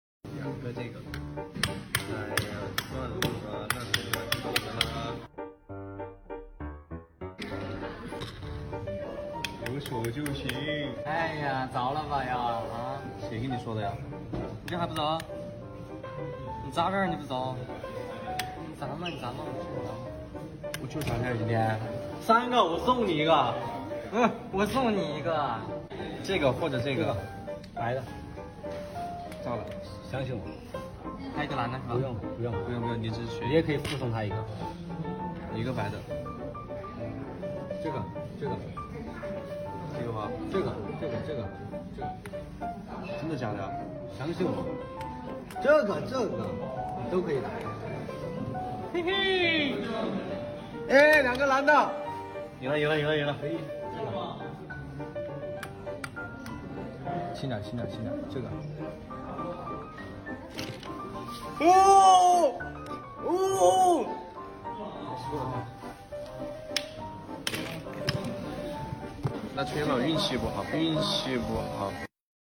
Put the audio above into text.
喝这个。哎呀，算了吧，那谁来知道呢？有手就行。哎呀，着了吧呀啊！谁跟你说的呀？你这还不着？你咋个儿你不着？你咋嘛你咋嘛？我就三天今天。三个我送你一个，嗯，我送你一个，这个或者这个，白的，照了，相信我。还有一个蓝的，啊不用，不用，不用，不用，你只是你也可以附送他一个，一个白的，这个，这个，这个吗？这个，这个，这个，这个，真的假的呀？相信我，这个，这个你都可以拿。嘿嘿，哎，两个男的，赢了，赢了，赢了，赢了！轻点，轻点，轻点，这个。哦，哦，那崔老运气不好，运气不好。